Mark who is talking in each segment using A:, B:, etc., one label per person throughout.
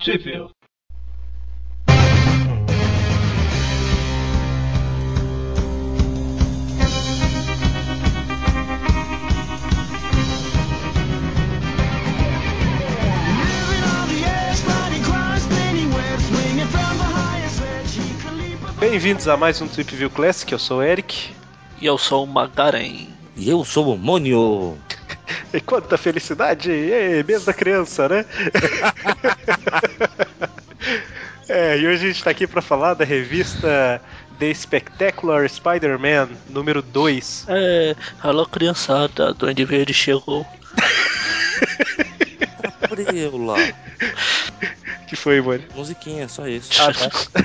A: Sheffield.
B: Bem-vindos a mais um Trip View Classic, eu sou o Eric.
C: E eu sou o Magaren.
D: E eu sou o Mônio.
B: E quanta felicidade! Ei, mês da criança, né? é, e hoje a gente está aqui para falar da revista The Spectacular Spider-Man número 2.
C: É, alô criançada, Duende Verde chegou.
D: Preula.
B: Que foi, mano?
D: Musiquinha, só isso.
B: Ah, tá.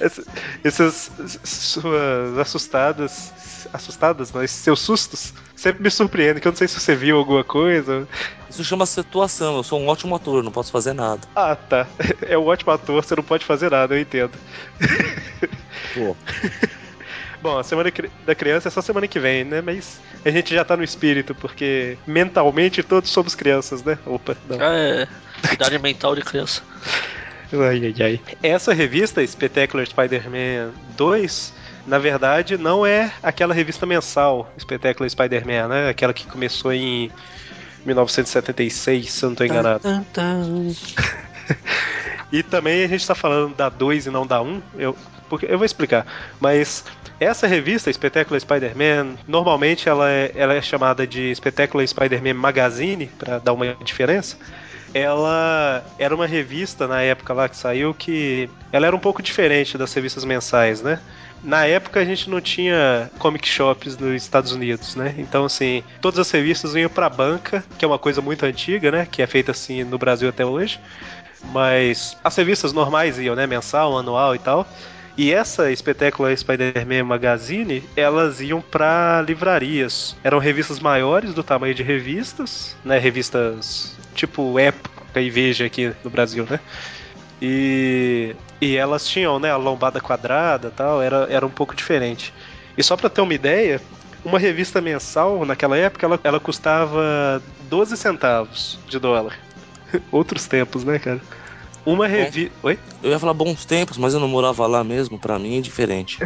B: Essa- Essas s- suas assustadas. Assustadas, não, esses seus sustos sempre me surpreendem, que eu não sei se você viu alguma coisa.
D: Isso chama situação. Eu sou um ótimo ator, eu não posso fazer nada.
B: Ah, tá. É um ótimo ator, você não pode fazer nada, eu entendo.
D: Pô,
B: Bom, a semana cri- da criança é só semana que vem, né? Mas a gente já tá no espírito, porque mentalmente todos somos crianças, né? Opa, não.
C: É, idade mental de criança.
B: Ai, ai, ai. Essa revista, Spectacular Spider-Man 2, na verdade não é aquela revista mensal, Spectacular Spider-Man, né? Aquela que começou em 1976, se eu não tô enganado.
C: Tan, tan.
B: E também a gente tá falando da 2 e não da 1. eu, porque, eu vou explicar. Mas essa revista, Espetáculo Spider-Man, normalmente ela é, ela é chamada de Espetáculo Spider-Man Magazine, para dar uma diferença. Ela era uma revista na época lá que saiu que ela era um pouco diferente das revistas mensais, né? Na época a gente não tinha comic shops nos Estados Unidos, né? Então, assim, todas as revistas vinham pra banca, que é uma coisa muito antiga, né? Que é feita assim no Brasil até hoje. Mas as revistas normais iam, né? Mensal, anual e tal. E essa espetácula Spider-Man Magazine, elas iam pra livrarias. Eram revistas maiores, do tamanho de revistas, né? Revistas tipo Época e Veja aqui no Brasil, né? E, e elas tinham, né? A lombada quadrada e tal, era, era um pouco diferente. E só pra ter uma ideia, uma revista mensal, naquela época, ela, ela custava 12 centavos de dólar. Outros tempos, né, cara? Uma revista. Oi?
D: eu ia falar bons tempos, mas eu não morava lá mesmo. Pra mim é diferente.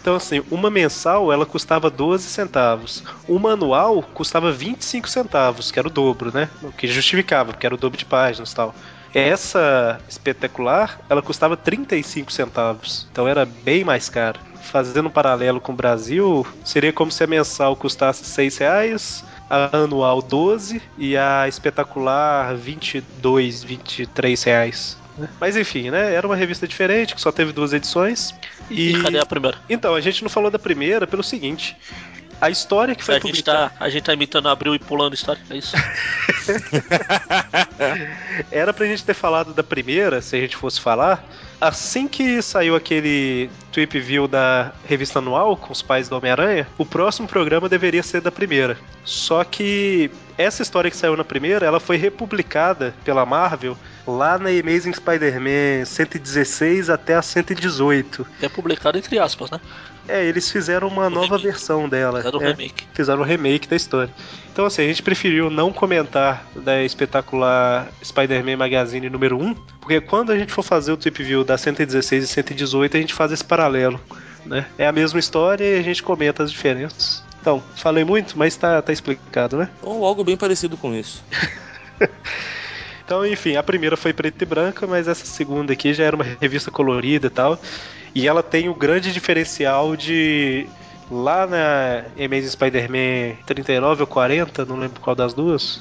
B: Então, assim, uma mensal ela custava 12 centavos. Uma anual custava 25 centavos, que era o dobro, né? O que justificava, porque era o dobro de páginas e tal. Essa espetacular, ela custava 35 centavos. Então era bem mais caro. Fazendo um paralelo com o Brasil, seria como se a mensal custasse 6 reais, a anual 12 e a espetacular 22, 23 reais. né? Mas enfim, né? Era uma revista diferente, que só teve duas edições.
C: E...
B: E,
C: cadê a primeira?
B: então, a gente não falou da primeira pelo seguinte. A história que foi
C: a, gente
B: publicada
C: tá, a gente tá imitando abril e pulando história, é isso? tá-
B: era pra gente ter falado da primeira, se a gente fosse falar. Assim que saiu aquele trip view da revista anual com os pais do Homem-Aranha, o próximo programa deveria ser da primeira. Só que essa história que saiu na primeira, ela foi republicada pela Marvel lá na Amazing Spider-Man 116 até a 118.
C: É publicado entre aspas, né?
B: É, eles fizeram uma nova
C: remake.
B: versão dela.
C: É do
B: é.
C: remake.
B: fizeram um remake da história. Então, assim, a gente preferiu não comentar da espetacular Spider-Man Magazine número 1, porque quando a gente for fazer o trip view da 116 e 118, a gente faz esse paralelo, né? É a mesma história e a gente comenta as diferenças. Então, falei muito, mas tá, tá explicado, né?
D: Ou algo bem parecido com isso.
B: Então, enfim, a primeira foi preta e branca, mas essa segunda aqui já era uma revista colorida e tal. E ela tem o grande diferencial de. Lá na Amazing Spider-Man 39 ou 40, não lembro qual das duas,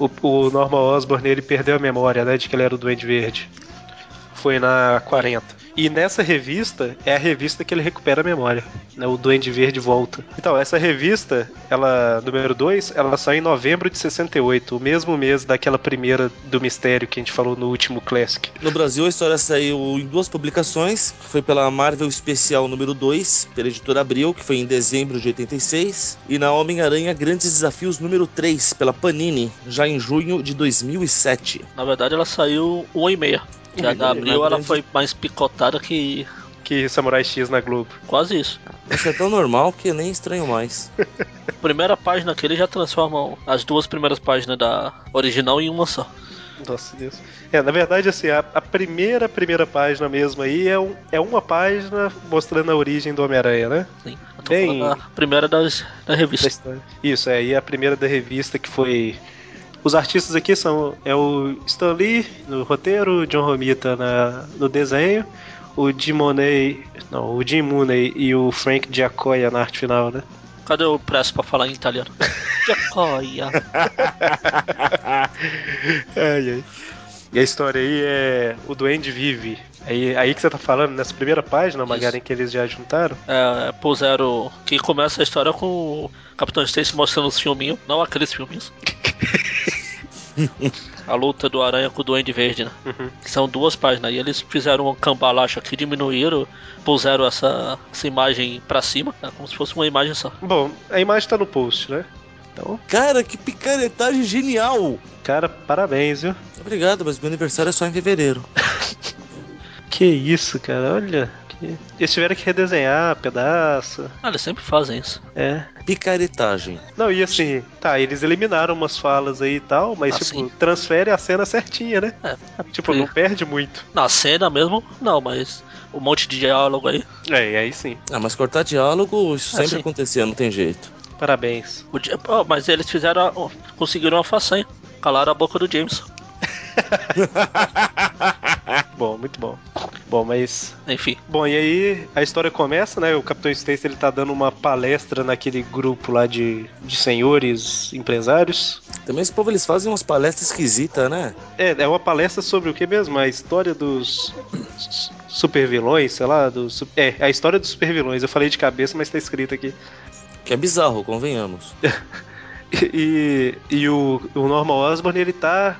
B: o, o Norman Osborn ele perdeu a memória né, de que ele era o Duende Verde. Foi na 40. E nessa revista é a revista que ele recupera a memória. Né, o Duende Verde volta. Então, essa revista, ela, número 2, ela saiu em novembro de 68, o mesmo mês daquela primeira do mistério que a gente falou no último Classic.
D: No Brasil, a história saiu em duas publicações. Foi pela Marvel Especial número 2, pela editora Abril, que foi em dezembro de 86. E na Homem-Aranha Grandes Desafios número 3, pela Panini, já em junho de 2007.
C: Na verdade ela saiu 1 e meia. né? Que a da abril ela foi mais picotada que
B: Que Samurai X na Globo.
C: quase isso.
D: Isso é tão normal que eu nem estranho mais.
C: Primeira página que eles já transformam as duas primeiras páginas da original em uma só.
B: Nossa Deus. É, na verdade, assim, a, a primeira, primeira página mesmo aí é, um- é uma página mostrando a origem do Homem-Aranha, né?
C: Sim. Eu tô
B: Bem-
C: falando da primeira das,
B: Da
C: da revista.
B: história. Isso, é, e a primeira da revista que foi. Os artistas aqui são é o Stan Lee no roteiro, o John Romita na, no desenho, o Jim Mooney, não, o Jim Mooney e o Frank Giacoya na arte final, né?
C: Cadê o preço pra falar em italiano? Giacoia.
B: Ai, ai. E a história aí é o Duende vive. Aí, aí que você tá falando, nessa primeira página, Magaren, que eles já juntaram.
C: É, puseram. Que começa a história com o Capitão Stacy mostrando os filminhos, não aqueles filminhos. a luta do Aranha com o Duende Verde, né?
B: Uhum.
C: Que são duas páginas. E eles fizeram um cambalacho aqui, diminuíram, puseram essa, essa imagem pra cima, né? como se fosse uma imagem só.
B: Bom, a imagem tá no post, né? Então,
D: Cara, que picaretagem genial!
B: cara, parabéns, viu?
D: Obrigado, mas meu aniversário é só em fevereiro.
B: Que isso, cara, olha. que- Eles tiveram que redesenhar pedaço.
C: Ah, eles sempre fazem isso.
B: É.
D: Picaretagem.
B: Não, e assim, tá, eles eliminaram umas falas aí e tal, mas
C: Ah,
B: tipo,
C: sim.
B: transfere a cena certinha, né?
C: É,
B: Tipo, não perde muito.
C: Na cena mesmo, não, mas um monte de diálogo aí.
B: É, e aí sim.
D: Ah, mas cortar diálogo, isso
C: Ah,
D: sempre
C: sim.
D: acontecia, não tem jeito.
B: Parabéns.
C: O Di- Pô, mas eles fizeram. a- conseguiram uma façanha. Calaram a boca do James.
B: Bom, muito bom. Bom, mas
C: Enfim.
B: Bom, e aí a história começa, né? O Capitão Stacy ele tá dando uma palestra naquele grupo lá de, de senhores empresários.
D: Também esse povo eles fazem umas palestras esquisitas, né?
B: É, é uma palestra sobre o que mesmo? A história dos supervilões, sei lá, dos su- é, a história dos supervilões. Eu falei de cabeça, mas tá escrito aqui.
D: Que é bizarro, convenhamos.
B: E, e o, o Norman Osborn ele tá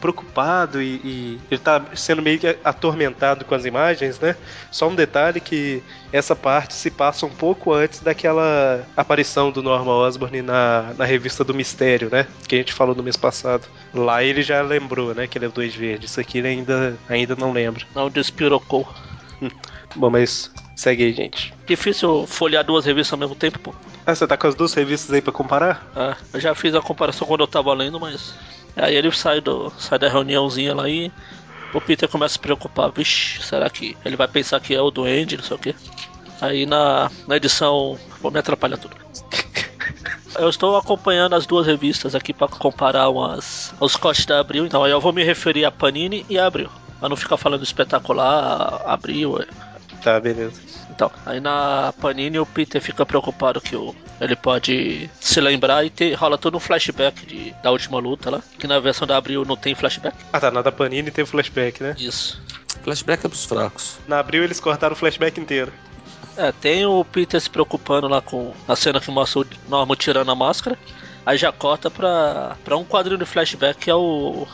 B: preocupado e, e ele tá sendo meio que atormentado com as imagens, né? Só um detalhe que essa parte se passa um pouco antes daquela aparição do Norman Osborn na, na revista do Mistério, né? Que a gente falou no mês passado. Lá ele já lembrou, né? Que ele é o Dois Verde. Isso aqui ele ainda, ainda não lembra.
C: Não despirocou.
B: Bom, mas segue aí, gente.
C: Difícil folhear duas revistas ao mesmo tempo, pô.
B: Ah, você tá com as duas revistas aí pra comparar?
C: É, eu já fiz a comparação quando eu tava lendo, mas. Aí ele sai, do, sai da reuniãozinha lá e. O Peter começa a se preocupar. Vixe, será que ele vai pensar que é o Duende, não sei o quê? Aí na, na edição. Vou me atrapalhar tudo. Eu estou acompanhando as duas revistas aqui para comparar umas, os cortes da Abril, então aí eu vou me referir a Panini e a Abril. Pra não ficar falando espetacular, Abril, é-
B: Tá, beleza.
C: então, aí na Panini o Peter fica preocupado que o, ele pode se lembrar e ter, rola todo um flashback de- da última luta lá. Que na versão da Abril não tem flashback.
B: Ah, tá. Na da Panini tem flashback, né?
C: Isso.
D: Flashback é pros fracos.
B: Na abril eles cortaram o flashback inteiro.
C: É, tem o Peter se preocupando lá com a cena que mostra o Norman tirando a máscara. Aí já corta pra, pra um quadrinho de flashback que é o,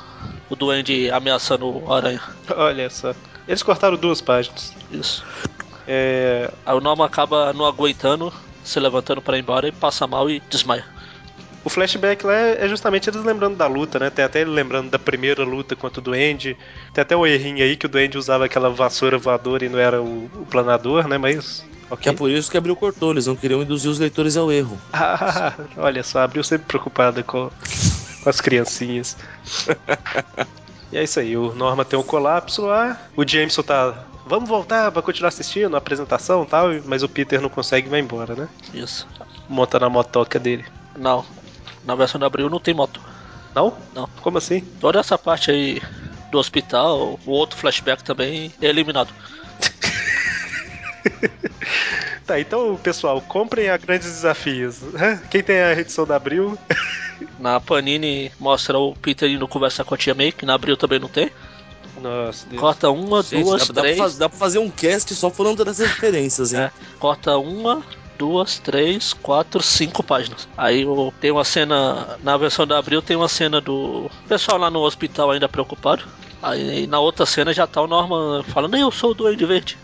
C: o Duende ameaçando o Aranha.
B: Olha só. Eles cortaram duas páginas.
C: Isso.
B: É.
C: Aí o Norman acaba não aguentando, se levantando pra ir embora e passa mal e desmaia.
B: O flashback lá é é justamente eles lembrando da luta, né? Tem até ele lembrando da primeira luta contra o Duende. Tem até o errinho aí que o Duende usava aquela vassoura voadora e não era o, o planador, né? Mas.
D: Que
B: Ok.
D: é por isso que abriu cortou, eles não queriam induzir os leitores ao erro.
B: Ah, olha só, abriu sempre preocupada com, com as criancinhas. e é isso aí, o Norma tem um colapso lá, o Jameson tá. Vamos voltar pra continuar assistindo a apresentação e tal, mas o Peter não consegue e vai embora, né?
C: Isso.
B: Monta na motoca dele.
C: Não. Na versão da Abril não tem moto.
B: Não?
C: Não.
B: Como assim?
C: Toda essa parte aí do hospital, o outro flashback também é eliminado.
B: Tá, então, pessoal, comprem a Grandes Desafios. Quem tem a edição da Abril,
C: Na Panini mostra o Peter indo conversar com a tia May, que na Abril também não tem.
B: nossa, Deus.
C: Corta uma,
D: Gente,
C: duas,
D: dá, dá pra
C: três.
D: faz- dá pra fazer um cast só falando dessas referências, hein?
C: É, corta uma, duas, três, quatro, cinco páginas. Aí o- tem uma cena, na versão da Abril tem uma cena do pessoal lá no hospital ainda preocupado. Aí na outra cena já tá o Norman falando, eu sou o Duende Verde.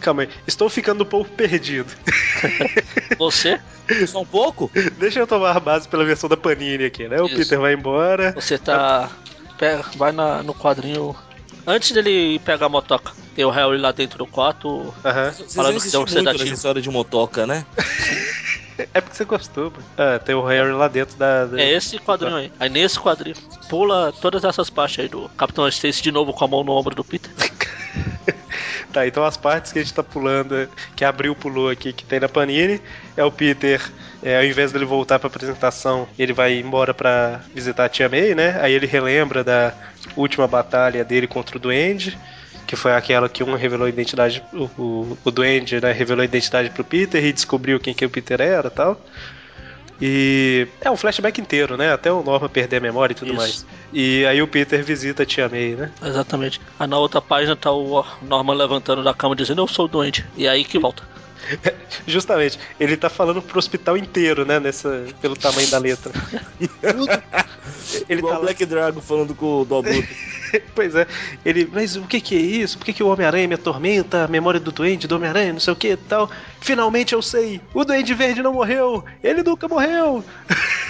B: calma aí. Estou ficando um pouco perdido.
C: Você,
D: Só um pouco?
B: Deixa eu tomar a base pela versão da Panini aqui, né? O
C: Isso.
B: Peter vai embora.
C: Você tá. Pega, vai na- no quadrinho. Antes dele ir pegar a motoca, tem o Harry lá dentro do quarto.
B: Aham.
D: Vocês
C: Falando
D: vão
C: que dá um
D: insistir muito
C: sedativo.
D: nessa história de motoca, né?
B: É porque você gostou, pô. Ah, tem o Harry lá dentro da. da-
C: É esse quadrinho aí. Aí nesse quadrinho pula todas essas partes aí do Capitão Stacy de novo com a mão no ombro do Peter.
B: Tá, então as partes que a gente tá pulando, é, que abriu, pulou aqui, que tem na Panini, é o Peter, é, ao invés dele voltar pra apresentação, ele vai embora pra visitar a Tia May, né? Aí ele relembra da última batalha dele contra o Duende, que foi aquela que um revelou a identidade, o, o, o Duende, né, revelou a identidade pro Peter e descobriu quem que o Peter era e tal. E é um flashback inteiro, né? Até o Norma perder a memória e tudo
C: Isso.
B: mais. E aí o Peter visita a Tia May, né?
C: Exatamente. Aí na outra página tá o Norman levantando da cama dizendo eu sou doente. E é aí que volta.
B: Justamente, ele tá falando pro hospital inteiro, né? Nessa, pelo tamanho da letra. ele
D: Igual
B: tá lá,
D: o Black Dragon falando com o Dobu.
B: pois é. Ele, mas o que que é isso? Por que, que o Homem-Aranha me atormenta? A memória do Duende, do Homem-Aranha, não sei o que e tal. Finalmente eu sei! O Duende Verde não morreu! Ele nunca morreu!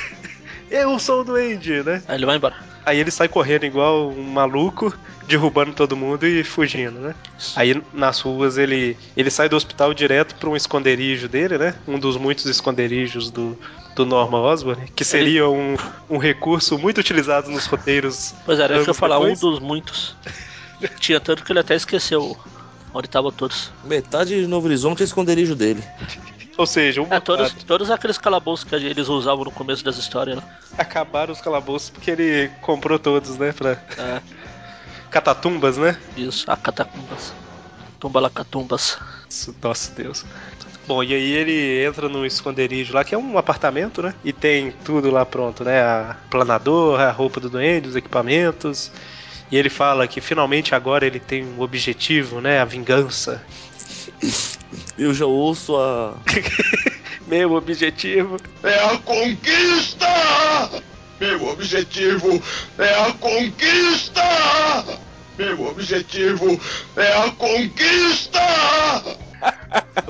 B: eu sou o Duende, né?
C: Aí ele vai embora.
B: Aí ele sai correndo igual um maluco, derrubando todo mundo e fugindo, né? Aí nas ruas ele, ele sai do hospital direto para um esconderijo dele, né? Um dos muitos esconderijos do, do Norman Osborn, que seria um, um recurso muito utilizado nos roteiros.
C: Pois é, era isso que eu
B: anos
C: falar, um
B: depois.
C: dos muitos. Tinha tanto que ele até esqueceu onde estavam todos.
D: Metade de Novo Horizonte é esconderijo dele.
B: Ou seja, um
C: É, todos,
B: bocado.
C: todos aqueles calabouços que eles usavam no começo das histórias né? lá.
B: acabaram os calabouços porque ele comprou todos, né? Pra...
C: É,
B: Catatumbas, né?
C: isso, a catacumbas. Tumba lá catumbas.
B: Isso, Nossa Deus. Bom, e aí ele entra num esconderijo lá, que é um apartamento, né? E tem tudo lá pronto, né? A planadora, a roupa do duende, os equipamentos. E ele fala que finalmente agora ele tem um objetivo, né? A vingança.
D: Eu já ouço a.
B: Meu objetivo.
A: é a conquista! Meu objetivo é a conquista! Meu objetivo é a conquista!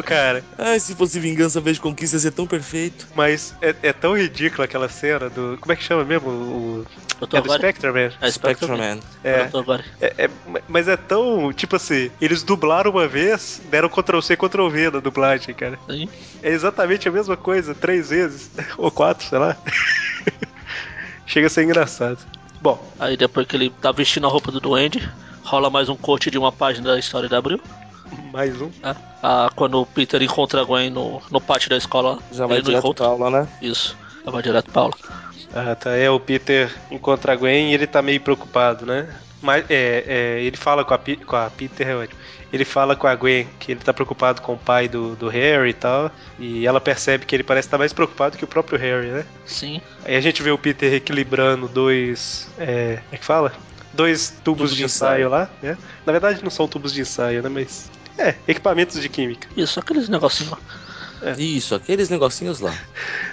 B: Cara,
D: Ai, se fosse vingança vez de conquista ia ser tão perfeito.
B: mas é, é tão ridícula aquela cena do. Como é que chama mesmo? O,
C: Eu tô
B: é do
C: agora.
B: Spectre Man.
D: Spectrum
C: É Spectrum.
D: Man.
B: É.
C: Eu tô agora.
B: É- é- mas é tão, tipo assim, eles dublaram uma vez, deram Ctrl C, Ctrl V na dublagem, cara.
C: Sim.
B: É exatamente a mesma coisa, três vezes, ou quatro, sei lá. Chega a ser engraçado. Bom,
C: Aí depois que ele tá vestindo a roupa do Duende, rola mais um corte de uma página da história da Abril.
B: mais um.
C: né? Ah, quando o Peter encontra a Gwen no, no pátio da escola,
D: Já
C: ele
D: vai
C: não
D: direto
C: encontra.
D: pra aula, né?
C: Isso, já vai direto pra aula.
B: Ah, tá. É, o Peter encontra a Gwen e ele tá meio preocupado, né? Mas é, é, ele fala com a, Pi- com a Peter, é ótimo. Ele fala com a Gwen que ele tá preocupado com o pai do, do Harry e tal. E ela percebe que ele parece estar mais preocupado que o próprio Harry, né?
C: Sim,
B: Aí a gente vê o Peter equilibrando dois. É, como é que fala? Dois tubos
D: Tubos
B: de
D: de
B: ensaio, lá, né? Na verdade não são tubos de ensaio, né? Mas. É, equipamentos de química.
C: isso, aqueles negocinhos lá. É.
D: Isso, aqueles negocinhos lá.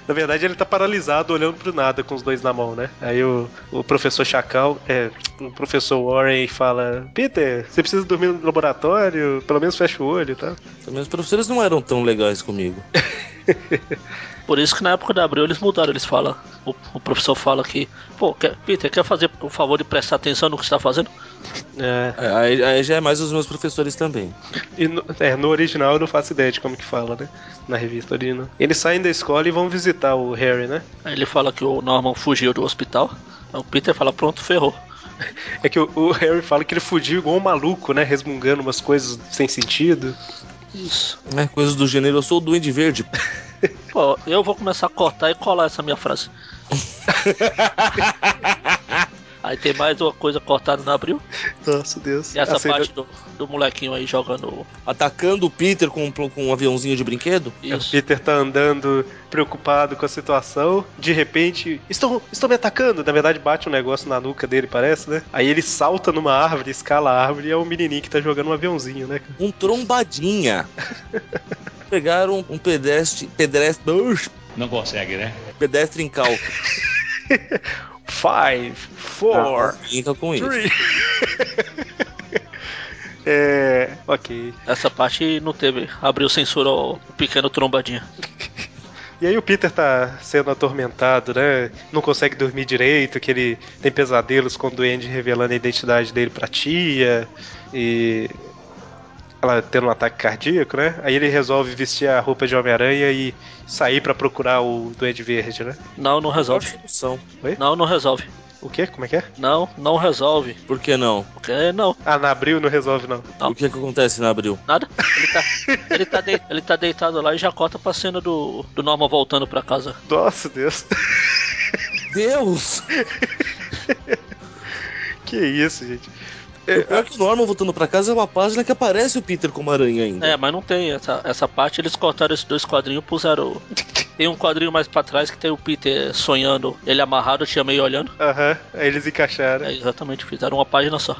B: Na verdade ele tá paralisado olhando pro nada com os dois na mão, né? Aí o, o professor Chacal, é, o professor Warren fala: Peter, você precisa dormir no laboratório, pelo menos fecha o olho, tá?
D: Pelo menos os professores não eram tão legais comigo.
C: Por isso que na época da Abril eles mudaram, eles falam. O, o professor fala que, pô, quer- Peter, quer fazer o favor de prestar atenção no que você tá fazendo?
B: É,
D: É, Aí, aí já é mais os meus professores também.
B: E no, é, no original eu não faço ideia de como que fala, né? Na revista original. Eles saem da escola e vão visitar o Harry, né?
C: Aí ele fala que o Norman fugiu do hospital. Aí o Peter fala, pronto, ferrou.
B: É que o, o Harry fala que ele fugiu igual um maluco, né? Resmungando umas coisas sem sentido.
C: Isso.
D: É, coisas do gênero, eu sou o Duende Verde.
C: Pô, eu vou começar a cortar e colar essa minha frase. Aí tem mais uma coisa cortada na Abril.
B: Nossa, Deus.
C: E essa
B: Ah, sei,
C: parte do, do molequinho aí jogando.
D: Atacando o Peter com, um pl- com um aviãozinho de brinquedo.
B: O
C: é Isso.
B: Peter tá andando preocupado com a situação. De repente, estão, estão me atacando. Na verdade, bate um negócio na nuca dele, parece, né? Aí ele salta numa árvore, escala a árvore e é o menininho que tá jogando um aviãozinho, né? cara?
D: Um trombadinha. Pegaram um pedestre. Pedestre. Ux,
E: Não consegue, né?
D: Pedestre em calco.
B: Five, four,
D: Brinca com isso.
B: three. é. Ok.
C: Essa parte não teve. Abriu censura o pequeno trombadinha.
B: E aí o Peter tá sendo atormentado, né? Não consegue dormir direito, que ele tem pesadelos com o Duende revelando a identidade dele pra tia. E. ela tendo um ataque cardíaco, né? Aí ele resolve vestir a roupa de Homem-Aranha e sair pra procurar o Duende Verde, né?
C: Não, não resolve.
D: Solução.
C: Não, não resolve.
B: O quê? Como é que é?
C: Não, não resolve.
D: Por que não?
C: Porque é, não,
B: Ah, na abril não resolve, não.
C: Não.
D: O que, que acontece na abril?
C: nada. Ele tá, ele tá, dei- ele tá deitado lá e já corta pra cena do, do Norman voltando pra casa.
B: Nossa, Deus.
D: Deus!
B: que isso, gente.
D: O pior é que o Norman voltando pra casa é uma página que aparece o Peter como aranha ainda.
C: É, mas não tem essa, essa parte. Eles cortaram esses dois quadrinhos e puseram. o- Tem um quadrinho mais pra trás que tem o Peter sonhando, ele amarrado, tinha meio olhando.
B: Aham, aí eles encaixaram.
C: É, exatamente, fizeram uma página só.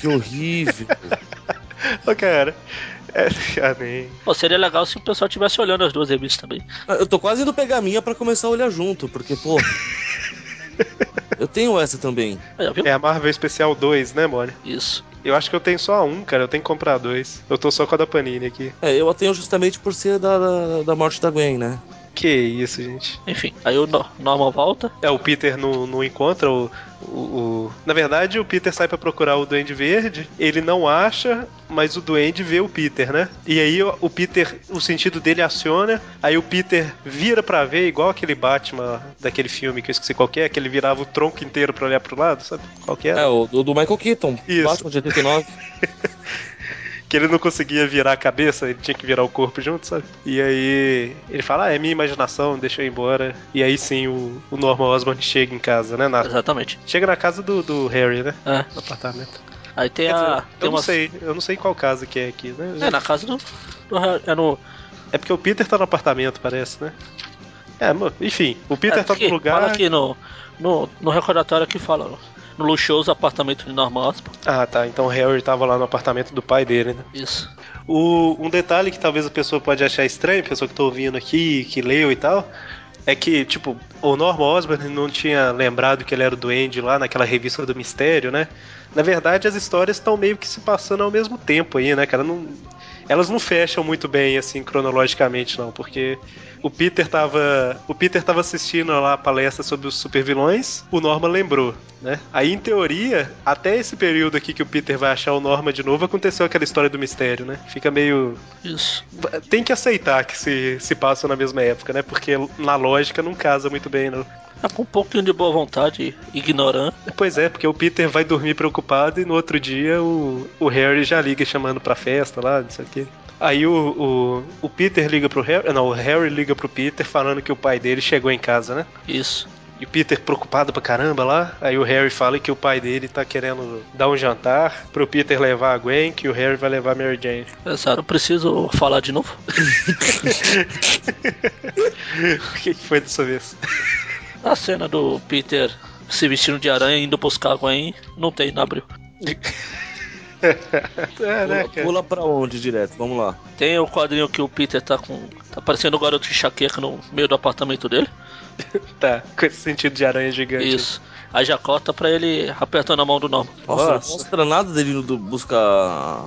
D: Que horrível.
B: Ô, cara. É, ah, nem.
C: Pô, seria legal se o pessoal tivesse olhando as duas revistas também.
D: Ah, Eu tô quase indo pegar a minha pra começar a olhar junto, porque, pô. Eu tenho essa também.
C: Aí, ó, viu?
B: É a Marvel Especial 2, né, Mônica?
C: Isso.
B: Eu acho que eu tenho só a um, cara. Eu tenho que comprar dois. Eu tô só com a da Panini aqui.
D: É, eu a tenho justamente por ser da, da, da morte da Gwen, né?
B: Que isso, gente.
C: Enfim, aí o No- Norman volta.
B: É, o Peter não, não encontra o, o, o- Na verdade, o Peter sai pra procurar o Duende Verde, ele não acha, mas o Duende vê o Peter, né? E aí o, o Peter, o sentido dele aciona, aí o Peter vira pra ver, igual aquele Batman daquele filme que eu esqueci qual que é, que ele virava o tronco inteiro pra olhar pro lado, sabe? Qual que era?
D: É, o do, do Michael Keaton,
B: Isso.
D: Batman de 89.
B: Que ele não conseguia virar a cabeça, ele tinha que virar o corpo junto, sabe? E aí ele fala, ah, é minha imaginação, deixa eu ir embora. E aí sim o, o Norman Osborn chega em casa, né? Na-
C: Exatamente.
B: chega na casa do, do Harry, né?
C: É.
B: No apartamento.
C: Aí tem
B: Quer dizer,
C: a.
B: eu
C: Tem
B: não
C: uma...
B: sei, eu não sei qual casa que é aqui, né?
C: É, na casa do. do é no.
B: É porque o Peter tá no apartamento, parece, né? É, mo- enfim, o Peter tá
C: é aqui,
B: no lugar.
C: Fala aqui no, no, no recordatório que fala. no- No luxuoso apartamento de Norman Osborn.
B: Ah, tá. Então o Harry tava lá no apartamento do pai dele, né?
C: Isso.
B: O- um detalhe que talvez a pessoa pode achar estranho, a pessoa que tá ouvindo aqui, que leu e tal, é que, tipo, o Norman Osborn não tinha lembrado que ele era o Duende lá naquela revista do Mistério, né? Na verdade, as histórias estão meio que se passando ao mesmo tempo aí, né, cara? Não- elas não fecham muito bem, assim, cronologicamente, não, porque o Peter tava. O Peter tava assistindo lá a palestra sobre os supervilões, o Norma lembrou, né? Aí, em teoria, até esse período aqui que o Peter vai achar o Norma de novo, aconteceu aquela história do mistério, né? Fica meio.
C: Isso.
B: Tem que aceitar que se, se passam na mesma época, né? Porque na lógica não casa muito bem, não.
C: É com um pouquinho de boa vontade, ignorando.
B: Pois é, porque o Peter vai dormir preocupado e no outro dia o, o Harry já liga chamando pra festa lá, não sei o quê. Aí o, o, o Peter liga pro Harry. Não, o Harry liga pro Peter falando que o pai dele chegou em casa, né?
C: Isso.
B: E o Peter preocupado pra caramba lá. Aí o Harry fala que o pai dele tá querendo dar um jantar pro Peter levar a Gwen, que o Harry vai levar a Mary Jane.
C: Pensaram, preciso falar de novo.
B: O que que foi dessa vez?
C: A cena do Peter se vestindo de aranha e indo buscar a Gwen não tem na abril.
B: É, né,
D: Pula,
B: cara?
D: pula pra onde direto? Vamos lá.
C: Tem o quadrinho que o Peter tá com. tá parecendo o garoto de enxaqueca no meio do apartamento dele.
B: Tá, com esse sentido de aranha gigante.
C: Isso. Aí já corta pra ele apertando a mão do Norman.
D: Nossa,
B: Nossa.
D: não mostra nada dele indo do- buscar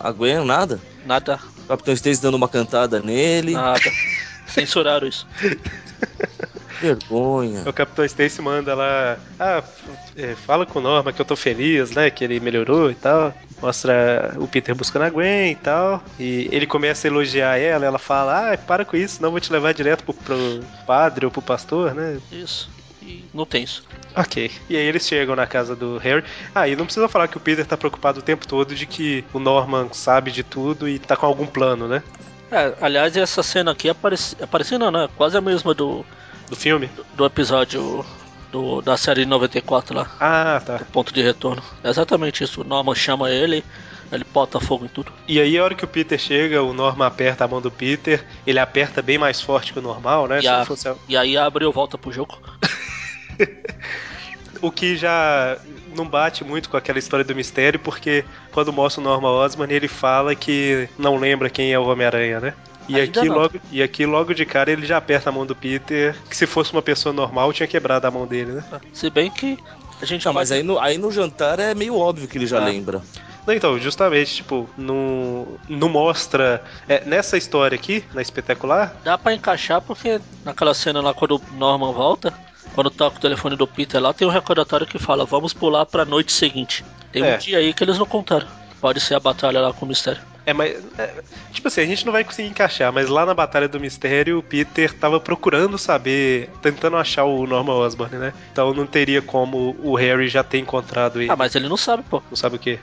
D: a Gwen, nada.
C: Nada,
D: Capitão Stacy dando uma cantada nele.
C: nada. Censuraram isso.
D: Vergonha.
B: O Capitão Stacy manda lá, ah, f- é, fala com o Norma que eu tô feliz, né? Que ele melhorou e tal. Mostra o Peter buscando a Gwen e tal. E ele começa a elogiar ela, ela fala, ah, para com isso, senão eu vou te levar direto pro, pro padre ou pro pastor, né?
C: Isso. E não tem isso.
B: Ok. E aí eles chegam na casa do Harry. Ah, e não precisa falar que o Peter tá preocupado o tempo todo de que o Norman sabe de tudo e tá com algum plano, né?
C: É, aliás, essa cena aqui aparece, aparecendo não, né? Quase a mesma do,
B: Do filme?
C: do episódio do, da série de 94 lá.
B: Ah, tá.
C: Ponto de retorno. É exatamente isso. O Norman chama ele, ele bota fogo em tudo.
B: E aí, a hora que o Peter chega, o Norman aperta a mão do Peter. Ele aperta bem mais forte que o normal, né?
C: E, a-
B: Se fosse a-
C: e aí abre e volta pro jogo.
B: O que já não bate muito com aquela história do mistério, porque quando mostra o Norman Osborn, ele fala que não lembra quem é o Homem-Aranha, né? E
C: Ainda
B: aqui,
C: não.
B: logo, e aqui, logo de cara, ele já aperta a mão do Peter, que se fosse uma pessoa normal, tinha quebrado a mão dele, né?
C: Se bem que a gente
D: Não,
C: vai-
D: mas aí no, aí no jantar é meio óbvio que ele já lembra.
B: Não, então, justamente, tipo, não, não mostra. é, nessa história aqui, na espetacular,
C: dá pra encaixar porque naquela cena lá quando o Norman volta, quando toca o telefone do Peter lá, tem um recordatório que fala: "Vamos pular pra noite seguinte". Tem
B: É.
C: um dia aí que eles não contaram. Pode ser a batalha lá com o mistério.
B: É, mas. é, tipo assim, a gente não vai conseguir encaixar, mas lá na Batalha do Mistério, o Peter tava procurando saber, tentando achar o Norman Osborn, né? Então não teria como o Harry já ter encontrado ele.
C: Ah, mas ele não sabe, pô.
B: Não sabe o quê?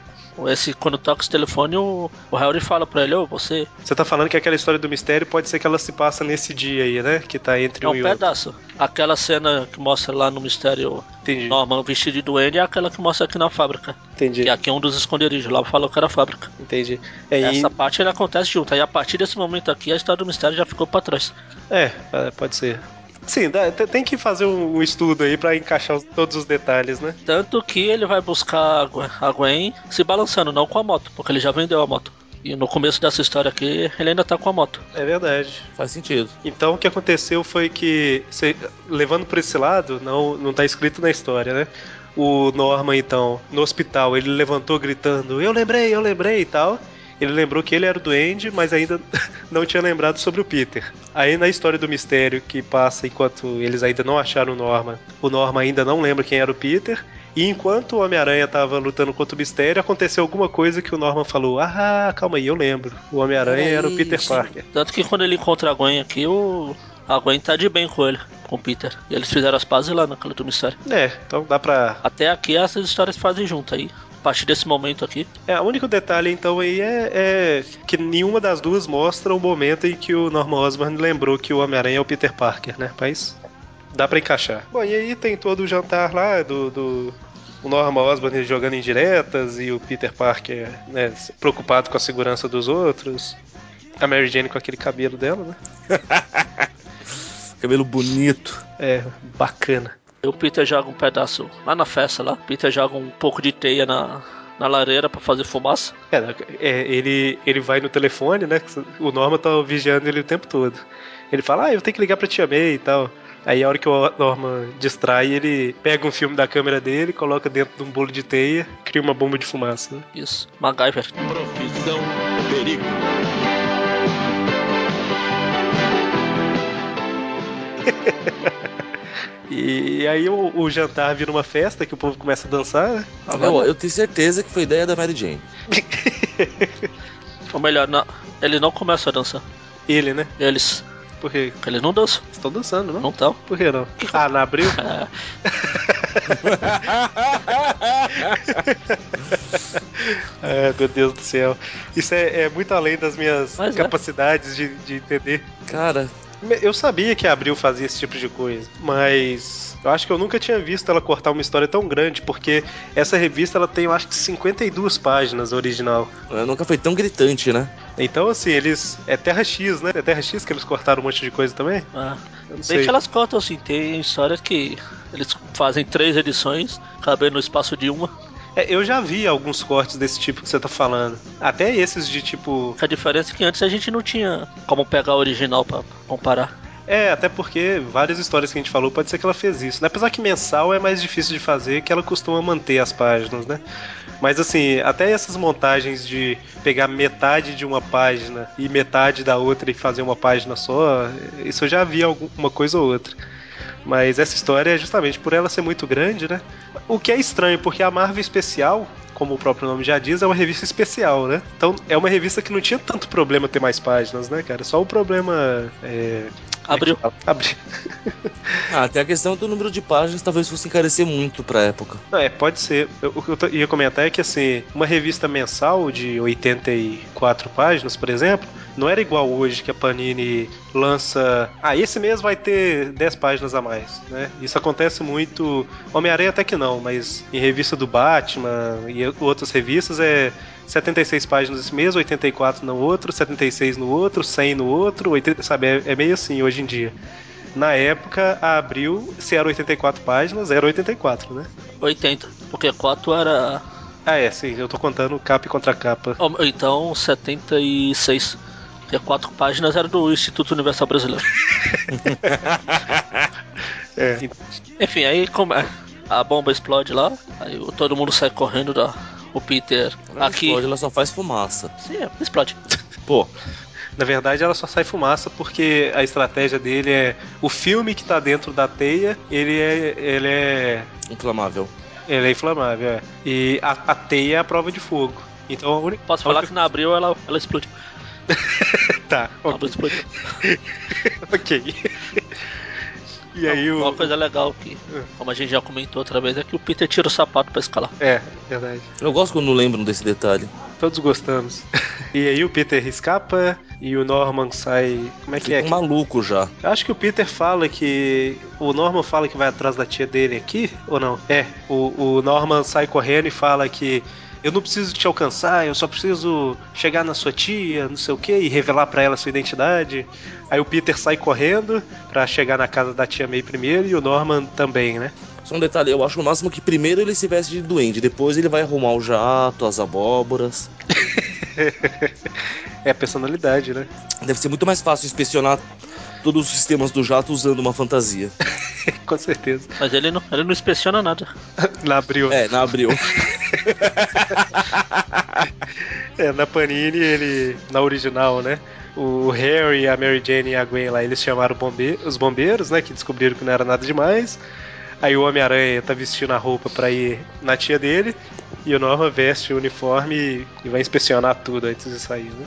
C: Esse, quando toca esse telefone, o, o Harry fala pra ele, ô, você é um
B: Você tá falando que aquela história do mistério pode ser que ela se passa nesse dia aí, né? Que tá entre
C: é
B: um,
C: um
B: e outro.
C: pedaço. Aquela cena que mostra lá no mistério
B: Entendi.
C: Norman vestido de duende é aquela que mostra aqui na fábrica.
B: Entendi.
C: Que aqui é um dos esconderijos, lá falou que era a fábrica.
B: Entendi. É, e-
C: Essa parte ele acontece junto. Aí a partir desse momento aqui, a história do mistério já ficou pra trás.
B: é, é, pode ser. Sim, dá- te- tem que fazer um um estudo aí pra encaixar os- todos os detalhes, né?
C: Tanto que ele vai buscar a Gwen- a Gwen se balançando, não com a moto, porque ele já vendeu a moto. E no começo dessa história aqui, ele ainda tá com a moto.
B: É verdade.
D: Faz sentido.
B: Então o que aconteceu foi que, se- levando por esse lado, não, não tá escrito na história, né? O Norman, então, no hospital, ele levantou gritando: Eu lembrei, eu lembrei e tal. Ele lembrou que ele era o duende, mas ainda não tinha lembrado sobre o Peter. Aí na história do mistério que passa enquanto eles ainda não acharam o Norman, o Norman ainda não lembra quem era o Peter. E enquanto o Homem-Aranha tava lutando contra o mistério, aconteceu alguma coisa que o Norman falou: Ah, calma aí, eu lembro. O Homem-Aranha
D: Era
B: era o Peter
D: isso.
B: Parker.
C: Tanto que quando ele encontra a Gwen aqui, o... a Gwen tá de bem com ele, com o Peter. E eles fizeram as pazes lá naquela do mistério.
B: É, então dá pra
C: Até aqui essas histórias fazem junto aí. A partir desse momento aqui,
B: É, o único detalhe então aí é, é que nenhuma das duas mostra o momento em que o Norman Osborn lembrou que o Homem-Aranha é o Peter Parker, né? Mas dá pra encaixar. Bom, e aí tem todo o jantar lá do. do- O Norman Osborn jogando indiretas e o Peter Parker né, preocupado com a segurança dos outros. A Mary Jane com aquele cabelo dela, né?
D: Cabelo bonito.
B: É, bacana.
C: o Peter joga um pedaço lá na festa lá. O Peter joga um pouco de teia na, na lareira pra fazer fumaça.
B: É, é, ele, ele vai no telefone, né? que O Norman tá vigiando ele o tempo todo. Ele fala, ah, eu tenho que ligar pra Tia May e tal. Aí a hora que o Norman distrai, ele pega um filme da câmera dele, coloca dentro de um bolo de teia, cria uma bomba de fumaça. né?
C: Isso, MacGyver.
A: Profissão perigo.
B: E aí o, o jantar vira uma festa que o povo começa a dançar, né?
C: Ah,
D: eu, eu tenho certeza que foi ideia da Mary Jane.
C: Ou melhor, não, ele não começa a dançar.
B: Ele, né?
C: Eles,
B: Porque
C: eles não dançam,
B: estão dançando, não?
C: não tal.
B: Por que não? Ah, na abril? É, meu Deus do céu. Isso é, é muito além das minhas
C: Mas é.
B: capacidades de- de entender.
D: Cara,
B: Eu sabia que a Abril fazia esse tipo de coisa, mas eu acho que eu nunca tinha visto ela cortar uma história tão grande, porque essa revista ela tem, eu acho que 52 páginas original.
D: nunca foi tão gritante, né?
B: Então, assim, eles. É Terra X, né? É Terra X que eles cortaram um monte de coisa também?
C: Ah,
B: Eu não
C: Bem
B: sei.
C: que elas cortam assim, tem histórias que eles fazem três edições, cabendo no espaço de uma.
B: É, eu já vi alguns cortes desse tipo que você tá falando. Até esses de tipo.
C: A diferença é que antes a gente não tinha como pegar o original pra comparar.
B: É, até porque várias histórias que a gente falou pode ser que ela fez isso. né? Apesar que mensal é mais difícil de fazer, que ela costuma manter as páginas, né? Mas assim, até essas montagens de pegar metade de uma página e metade da outra e fazer uma página só, isso eu já vi alguma coisa ou outra. Mas essa história é justamente por ela ser muito grande, né? O que é estranho, porque a Marvel Especial, como o próprio nome já diz, é uma revista especial, né? Então é uma revista que não tinha tanto problema ter mais páginas, né, cara? Só o problema. é,
C: Abriu.
B: Abriu.
D: Ah, tem a questão do número de páginas, talvez fosse encarecer muito pra época.
B: Não, é, pode ser. Eu- O que eu tô- ia comentar é que, assim, uma revista mensal de 84 páginas, por exemplo, não era igual hoje que a Panini lança. Ah, esse mês vai ter 10 páginas a mais, né? Isso acontece muito. Homem-Aranha até que não, mas em revista do Batman e outras revistas é 76 páginas esse mês, 84 no outro, 76 no outro, 100 no outro, 80, sabe? É, é meio assim hoje em dia. Na época, a Abril, se era 84 páginas, era 84, né?
C: 80. Porque 4 era.
B: Ah, é, sim, eu tô contando capa contra capa.
C: ou Então 76. Porque 4 páginas era do Instituto Universal Brasileiro.
B: É.
C: Enfim, aí como é, a bomba explode lá, aí o- todo mundo sai correndo da. O Peter
D: Ela
C: aqui.
D: explode, ela só faz fumaça.
C: Sim, é, explode.
D: Pô,
B: Na verdade, ela só sai fumaça porque a estratégia dele é o filme que tá dentro da teia, ele é ele é
D: inflamável.
B: ele é inflamável, é. E a, a teia é a prova de fogo. Então a única.
C: Posso
B: a
C: falar que
B: única-
C: na abril ela, ela explodiu.
B: Tá,
C: A
B: ok.
C: abril explodiu.
B: ok. E aí o.
C: Uma coisa legal que, como a gente já comentou outra vez, é que o Peter tira o sapato pra escalar.
B: É, verdade.
D: Eu gosto quando não lembram desse detalhe.
B: Todos gostamos. E aí o Peter escapa e o Norman sai. Como é que é?
D: Fica um maluco já.
B: Acho que o Peter fala que. O Norman fala que vai atrás da tia dele aqui, ou não? É, o, o Norman sai correndo e fala que. Eu não preciso te alcançar, eu só preciso chegar na sua tia, não sei o que, e revelar pra ela sua identidade. Aí o Peter sai correndo pra chegar na casa da tia May primeiro e o Norman também, né?
D: Só um detalhe, eu acho no máximo que primeiro ele se veste de duende, depois ele vai arrumar o jato, as abóboras.
B: É a personalidade, né?
D: Deve ser muito mais fácil inspecionar todos os sistemas do jato usando uma fantasia.
B: Com certeza. né?
C: Mas ele não, ele não inspeciona nada.
B: Na abril.
D: É, na abril.
B: É, na Panini, ele. Na original, né? O Harry, a Mary Jane e a Gwen lá, eles chamaram bombe- os bombeiros, né? Que descobriram que não era nada demais. Aí o Homem-Aranha tá vestindo a roupa pra ir na tia dele. E o Norman veste o uniforme e vai inspecionar tudo antes de sair, né?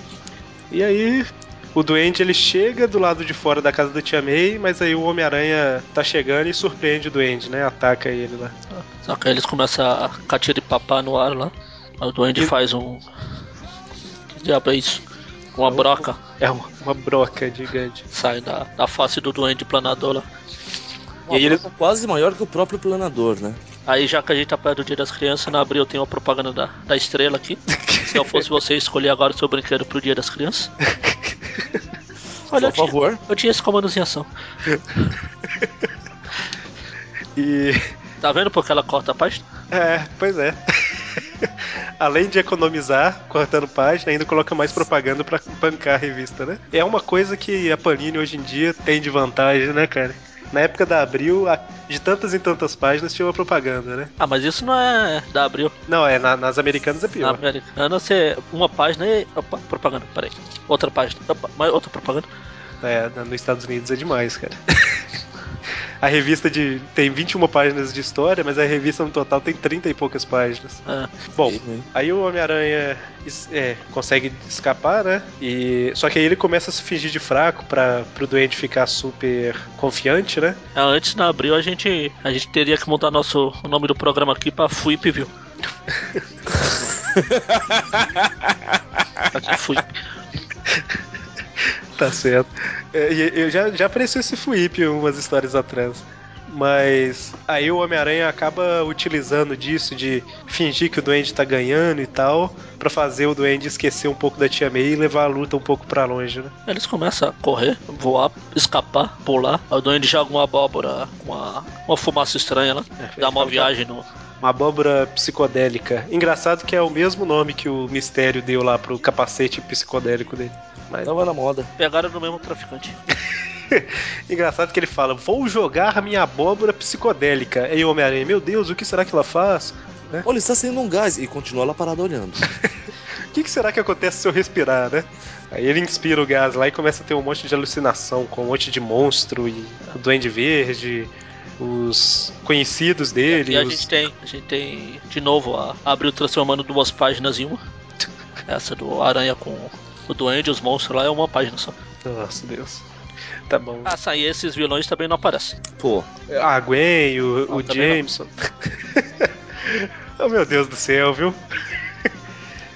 B: E aí. O Duende ele chega do lado de fora da casa da Tia May, mas aí o Homem-Aranha tá chegando e surpreende o Duende, né? Ataca ele lá.
C: Só que aí eles começam a catira e papar no ar lá. Aí o Duende
B: E-
C: faz um. Que diabo é isso? Uma broca
B: É uma, uma broca gigante.
C: sai da, da face do Duende planador lá.
D: e aí ele é quase maior que o próprio planador, né?
C: Aí já que a gente tá perto do dia das crianças, na abril tem uma propaganda da, da estrela aqui. Se eu fosse você escolher agora o seu brinquedo pro dia das crianças. Olha, eu
D: Por
C: tinha,
D: favor.
C: eu tinha esse comandozinho em ação.
B: E
C: Tá vendo porque ela corta a página?
B: É, pois é. Além de economizar, cortando página, ainda coloca mais propaganda pra bancar a revista, né? É uma coisa que a Panini hoje em dia tem de vantagem, né, cara? Na época da Abril, a- de tantas em tantas páginas tinha uma propaganda, né?
C: Ah, mas isso não é da abril.
B: Não, é, na- nas americanas é
C: Na
B: pior.
C: americana você. Uma página e. Opa, propaganda, peraí. Outra página. Opa, mais outra propaganda.
B: É, na- nos Estados Unidos é demais, cara. A revista de, tem 21 páginas de história, mas a revista no total tem 30 e poucas páginas.
C: É.
B: Bom,
D: Sim.
B: Aí o Homem-Aranha es- é, consegue escapar, né? E só que aí ele começa a se fingir de fraco para pro Duende ficar super confiante, né?
C: Ah, Antes na abril a gente. A gente teria que mudar nosso, o nome do programa aqui pra FUIP, viu? Aqui, FUIP.
B: Tá certo. É, e- eu já já apareceu esse Fuip umas histórias atrás. Mas aí o Homem-Aranha acaba utilizando disso de fingir que o Duende tá ganhando e tal, pra fazer o Duende esquecer um pouco da Tia May e levar a luta um pouco pra longe, né?
C: Eles começam a correr, voar, escapar, pular. Aí o Duende joga uma abóbora com uma, uma fumaça estranha lá.
B: É,
C: dá uma viagem no.
B: Uma abóbora psicodélica. Engraçado que é o mesmo nome que o Mistério deu lá pro capacete psicodélico dele.
C: Então-
D: Tava na moda.
C: Pegaram no mesmo traficante.
B: Engraçado que ele fala: Vou jogar minha abóbora psicodélica. Aí o Homem-Aranha, meu Deus, o que será que ela faz? Né?
D: Olha, está saindo um gás. E continua lá parado olhando.
B: O que, que será que acontece se eu respirar, né? Aí ele inspira o gás lá e começa a ter um monte de alucinação com um monte de monstro e o Duende Verde, os conhecidos dele.
C: E a
B: os-
C: gente tem, a gente tem de novo a abriu transformando duas páginas em uma. Essa do Aranha com o Duende, os monstros lá é uma página só.
B: Nossa, Deus. Tá bom.
C: Ah, sim, e esses vilões também não aparecem.
D: Pô,
B: A Ah, Gwen, o,
C: Não,
B: o
C: também não.
B: Jameson. oh, meu Deus do céu, viu?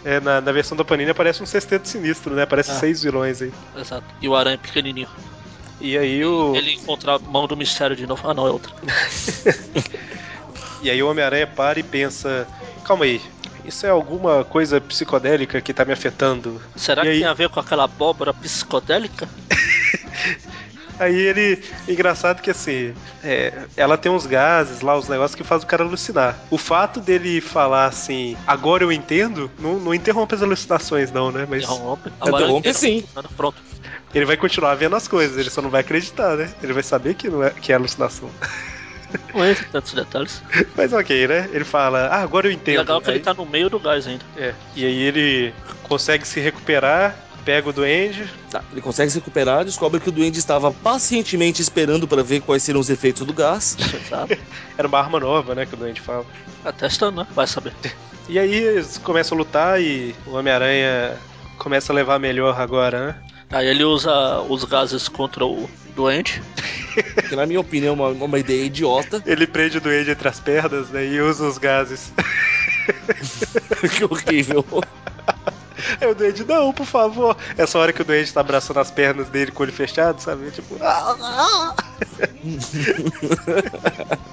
B: É, na, na versão da Panini aparece um sexteto sinistro, né? Aparece
C: Ah.
B: seis vilões aí.
C: Exato. E o Aranha é pequenininho.
B: E aí o.
C: Ele encontra a mão do mistério de novo. Ah, não, é outra.
B: E aí o Homem-Aranha para e pensa: calma aí, isso é alguma coisa psicodélica que tá me afetando?
C: Será
B: E
C: que
B: aí?
C: tem a ver com aquela abóbora psicodélica?
B: Aí ele. Engraçado que assim, é, ela tem uns gases lá, uns negócios que faz o cara alucinar. O fato dele falar assim, agora eu entendo, não, não interrompe as alucinações, não, né? Mas
C: Interrompe. Agora
D: interrompe
C: inteiro.
D: sim.
C: Ah, não, Pronto.
B: ele vai continuar vendo as coisas, ele só não vai acreditar, né? Ele vai saber que, não é, que é alucinação.
C: Não entra em tantos detalhes.
B: Mas ok, né? Ele fala, ah, agora eu entendo.
C: é Legal que tá
B: Aí-
C: ele tá no meio do gás ainda.
B: É, e aí ele consegue se recuperar pega o duende.
D: Tá, ele consegue se recuperar, descobre que o duende estava pacientemente esperando para ver quais seriam os efeitos do gás.
C: Exato.
B: Era uma arma nova, né? Que o duende fala.
C: Tá testando, né? Vai saber.
B: E aí eles começam a lutar e o Homem-Aranha começa a levar melhor agora, né?
C: Aí ele usa os gases contra o doente.
D: Que na minha opinião é uma, uma ideia idiota.
B: Ele prende o duende entre as pernas, né? E usa os gases.
D: que é horrível.
B: Aí o duende, não, por favor. Essa hora que o duende tá abraçando as pernas dele com o olho fechado, sabe? Tipo. "Ah, ah, ah."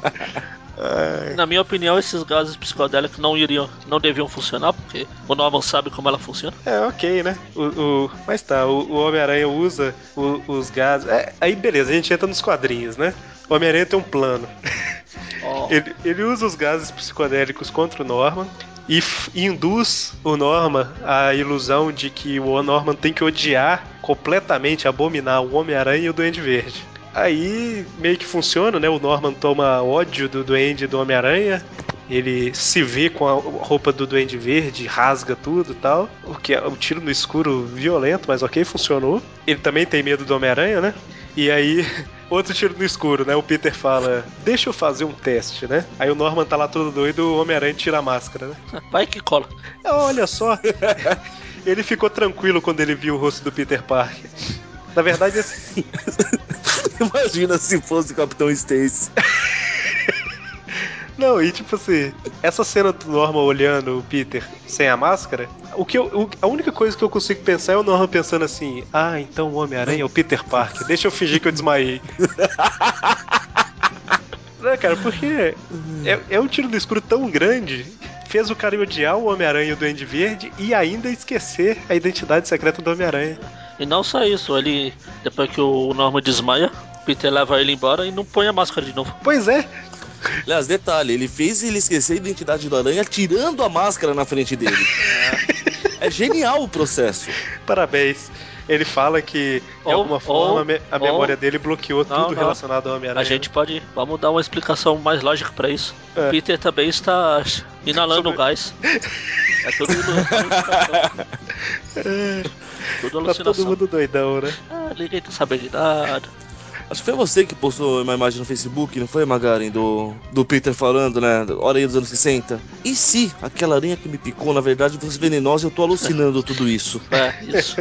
B: Ai,
C: Na minha opinião, esses gases psicodélicos não iriam, não deviam funcionar, porque o Norman sabe como ela funciona.
B: É, ok, né? O, o- mas tá, o, o Homem-Aranha usa o- os gases. É, aí beleza, a gente entra nos quadrinhos, né? O Homem-Aranha tem um plano.
C: Ó,
B: Ele, ele usa os gases psicodélicos contra o Norman e f- induz o Norman à ilusão de que o Norman tem que odiar completamente, abominar o Homem-Aranha e o Duende Verde. Aí meio que funciona, né? O Norman toma ódio do Duende e do Homem-Aranha. Ele se vê com a roupa do Duende Verde, rasga tudo e tal. O que é um tiro no escuro violento, mas ok, funcionou. Ele também tem medo do Homem-Aranha, né? E aí, outro tiro no escuro, né? O Peter fala: Deixa eu fazer um teste, né? Aí o Norman tá lá todo doido, o Homem-Aranha tira a máscara, né?
C: vai que cola.
B: Olha só! ele ficou tranquilo quando ele viu o rosto do Peter Parker. Na verdade, esse-
D: Imagina se fosse o Capitão Stacy.
B: Não, e tipo assim, essa cena do Norman olhando o Peter sem a máscara, o que eu, o- a única coisa que eu consigo pensar é o Norman pensando assim: ah, então o Homem-Aranha é o Peter Parker, deixa eu fingir que eu desmaiei. Não, cara, porque é, é um tiro no escuro tão grande, fez o cara odiar o Homem-Aranha e o Duende Verde e ainda esquecer a identidade secreta do Homem-Aranha.
C: E não só isso, ele depois que o Norman desmaia, o Peter leva ele embora e não põe a máscara de novo.
B: Pois é,
D: Aliás, detalhe, ele fez ele esquecer a identidade do Aranha tirando a máscara na frente dele. É genial o processo.
B: parabéns. Ele fala que, de
C: Ou-
B: alguma forma,
C: ou-
B: a me- a
C: ou-
B: memória dele bloqueou
C: Não,
B: tudo
C: não.
B: relacionado ao
C: A
B: Homem-Aranha.
C: gente pode, vamos dar uma explicação mais lógica pra isso.
B: É.
C: O Peter também está inalando
B: Sobre-
C: o gás. É tudo ilu- tá tudo
B: Tá
C: alucinação.
B: todo mundo doidão, né?
C: Ah, ninguém tá sabendo de nada.
D: Acho que foi você que postou uma imagem no Facebook, não foi, Magaren? Do, do Peter falando, né? Hora aí dos anos 60. E se aquela aranha que me picou, na verdade, fosse venenosa e eu tô alucinando tudo isso?
C: É, isso.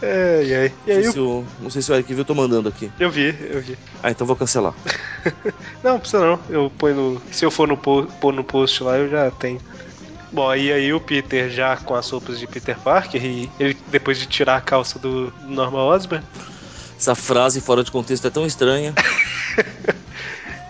B: Ai, ai. É, E aí
D: não, sei
B: eu,
D: se o, não sei se o Eric viu, eu tô mandando aqui.
B: eu vi, eu vi.
D: Ah, então vou cancelar.
B: Não, não precisa não. Eu ponho no. Se eu for no, po- pôr no post lá, eu já tenho. Bom, e aí o Peter já com as roupas de Peter Parker e ele depois de tirar a calça do Norman Osborn,
D: Essa frase fora de contexto é tão estranha.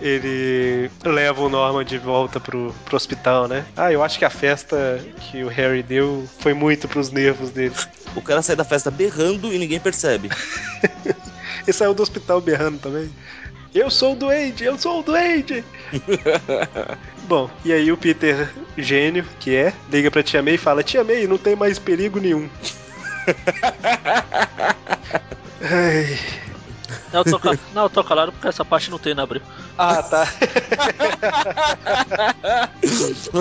B: ele leva o Norman de volta pro, pro hospital, né? Ah, eu acho que a festa que o Harry deu foi muito pros nervos dele.
D: O cara sai da festa berrando e ninguém percebe.
B: Ele saiu do hospital berrando também. Eu sou o doente, eu sou o doente. Bom, e aí o Peter, gênio que é, liga pra Tia May e fala: Tia May, não tem mais perigo nenhum. Ai.
C: Não, eu tô, ca- não, eu tô calado porque essa parte não tem na abril.
B: Ah, tá.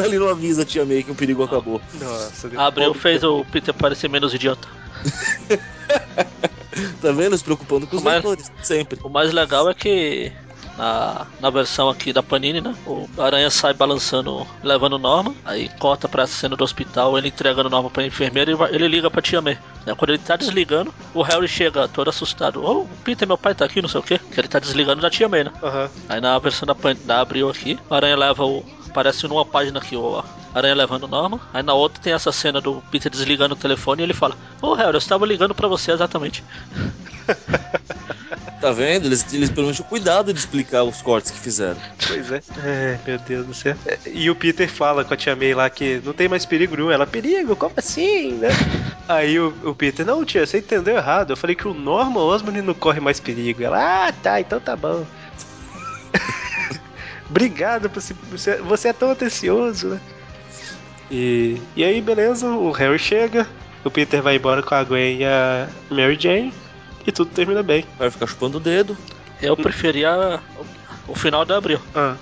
D: Ele não avisa a tia May que o perigo acabou.
B: Nossa,
C: A abril fez o Peter parecer menos idiota.
D: Tá vendo? Se preocupando com os
C: Mas-
D: leitores, sempre.
C: O mais legal é que na, na versão aqui da Panini, né? O Aranha sai balançando, levando o Norma, aí corta pra cena do hospital, ele entregando o Norma pra enfermeira e vai- ele liga pra Tia May. Né, Quando ele tá desligando, o Harry chega todo assustado. Ô, Peter, meu pai tá aqui, não sei o quê. Que ele tá desligando da Tia May, né?
B: Aham.
C: Aí na versão da, Pan- da Abril aqui, o Aranha leva o. Aparece numa página aqui o Aranha levando o Norma. Aí na outra tem essa cena do Peter desligando o telefone e ele fala: Ô Harry, eu estava ligando pra você exatamente.
D: Tá vendo? Eles, eles pelo menos tinham cuidado de explicar os cortes que fizeram.
B: Pois é. Ai, meu Deus do céu. É, E o Peter fala com a tia May lá que não tem mais perigo nenhum. Ela, perigo? Como assim, né? Aí o, o Peter, não, tia, você entendeu errado. Eu falei que o Norman Osborn não corre mais perigo. Ela, ah, tá, então tá bom. Obrigado por se- você, você é tão atencioso, né? E, e aí, beleza, o Harry chega, o Peter vai embora com a Gwen e a Mary Jane, e tudo termina bem.
D: Vai ficar chupando o dedo.
C: Eu preferia o final da Abril,
B: Ah,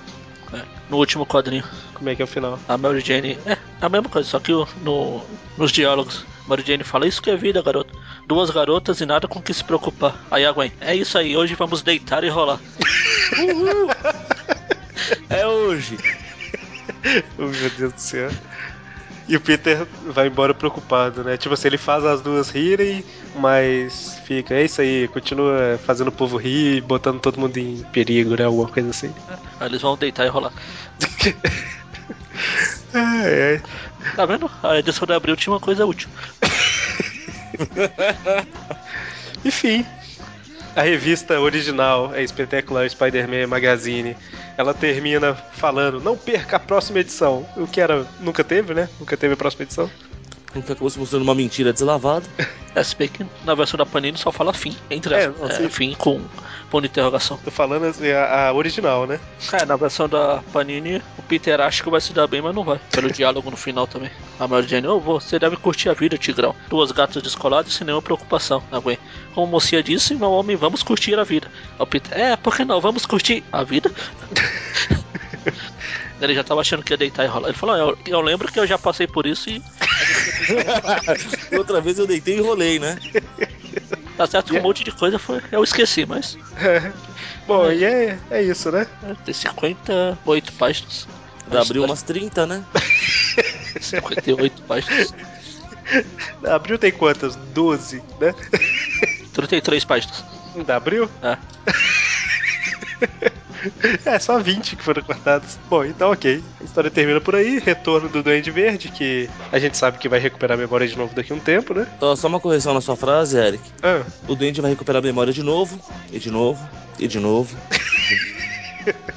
C: né, no último quadrinho.
B: como é que é o final?
C: A Mary Jane. É, a mesma coisa, só que o- no, nos diálogos. Mary Jane fala: Isso que é vida, garoto. duas garotas e nada com que se preocupar. Aí a Gwen, é isso aí, hoje vamos deitar e rolar.
D: Uhul! é hoje.
B: Oh, meu Deus do céu. E o Peter vai embora preocupado, né? Tipo assim, ele faz as duas rirem, mas fica, é isso aí, continua fazendo o povo rir, botando todo mundo em perigo, né? Alguma coisa assim.
C: Aí eles vão deitar e rolar.
B: É, é.
C: Tá vendo? A edição de abril tinha uma coisa útil.
B: Enfim. A revista original, a espetacular Spider-Man Magazine, ela termina falando: não perca a próxima edição. O que era. Nunca teve, né? Nunca teve a próxima edição.
D: Nunca acabou se mostrando uma mentira deslavada.
C: É, se bem que na versão da Panini só fala fim, entre
B: É,
C: aspas.
B: não,
C: É,
B: sim.
C: fim com ponto de interrogação.
B: Tô falando assim, a, a original, né?
C: É, na versão da Panini, o Peter acha que vai se dar bem, mas não vai. Pelo diálogo no final também. A Mary Jane, "Ô, você deve curtir a vida, Tigrão. Duas gatas descoladas sem nenhuma preocupação, a Gwen. Como a mocinha disse, meu homem, vamos curtir a vida. Aí O Peter, é, por que não? Vamos curtir a vida? Ele já tava achando que ia deitar e rolar. Ele falou, "Ah, eu, eu lembro que eu já passei por isso e
D: Outra vez eu deitei e rolei, né?
C: tá certo que um monte de coisa foi, eu esqueci, mas
B: Bom, e é, é isso, né?
C: é, tem 58 páginas.
D: Já abriu umas 30, né?
C: 58 páginas.
B: Abril tem quantas? 12, né?
C: 33 páginas.
B: Da abril?
C: É.
B: É, só 20 que foram cortados. Bom, então ok. A história termina por aí. Retorno do Duende Verde, que a gente sabe que vai recuperar a memória de novo daqui a um tempo, né?
D: Só, só uma correção na sua frase, Eric.
B: Ah,
D: O doente vai recuperar a memória de novo, e de novo, e de novo.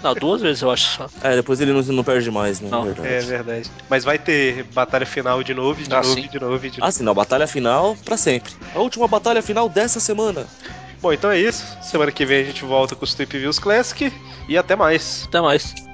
C: Não, duas vezes eu acho só.
D: É, depois ele não, não perde mais, né?
C: Não,
D: verdade.
B: é verdade. Mas vai ter batalha final de novo, e de
C: Ah,
B: novo,
C: sim.
B: e de novo, e de novo.
D: Ah, sim, não, batalha final pra sempre. A última batalha final dessa semana.
B: Bom, então é isso. Semana que vem a gente volta com os Trip Views Classic. E até mais.
C: Até mais.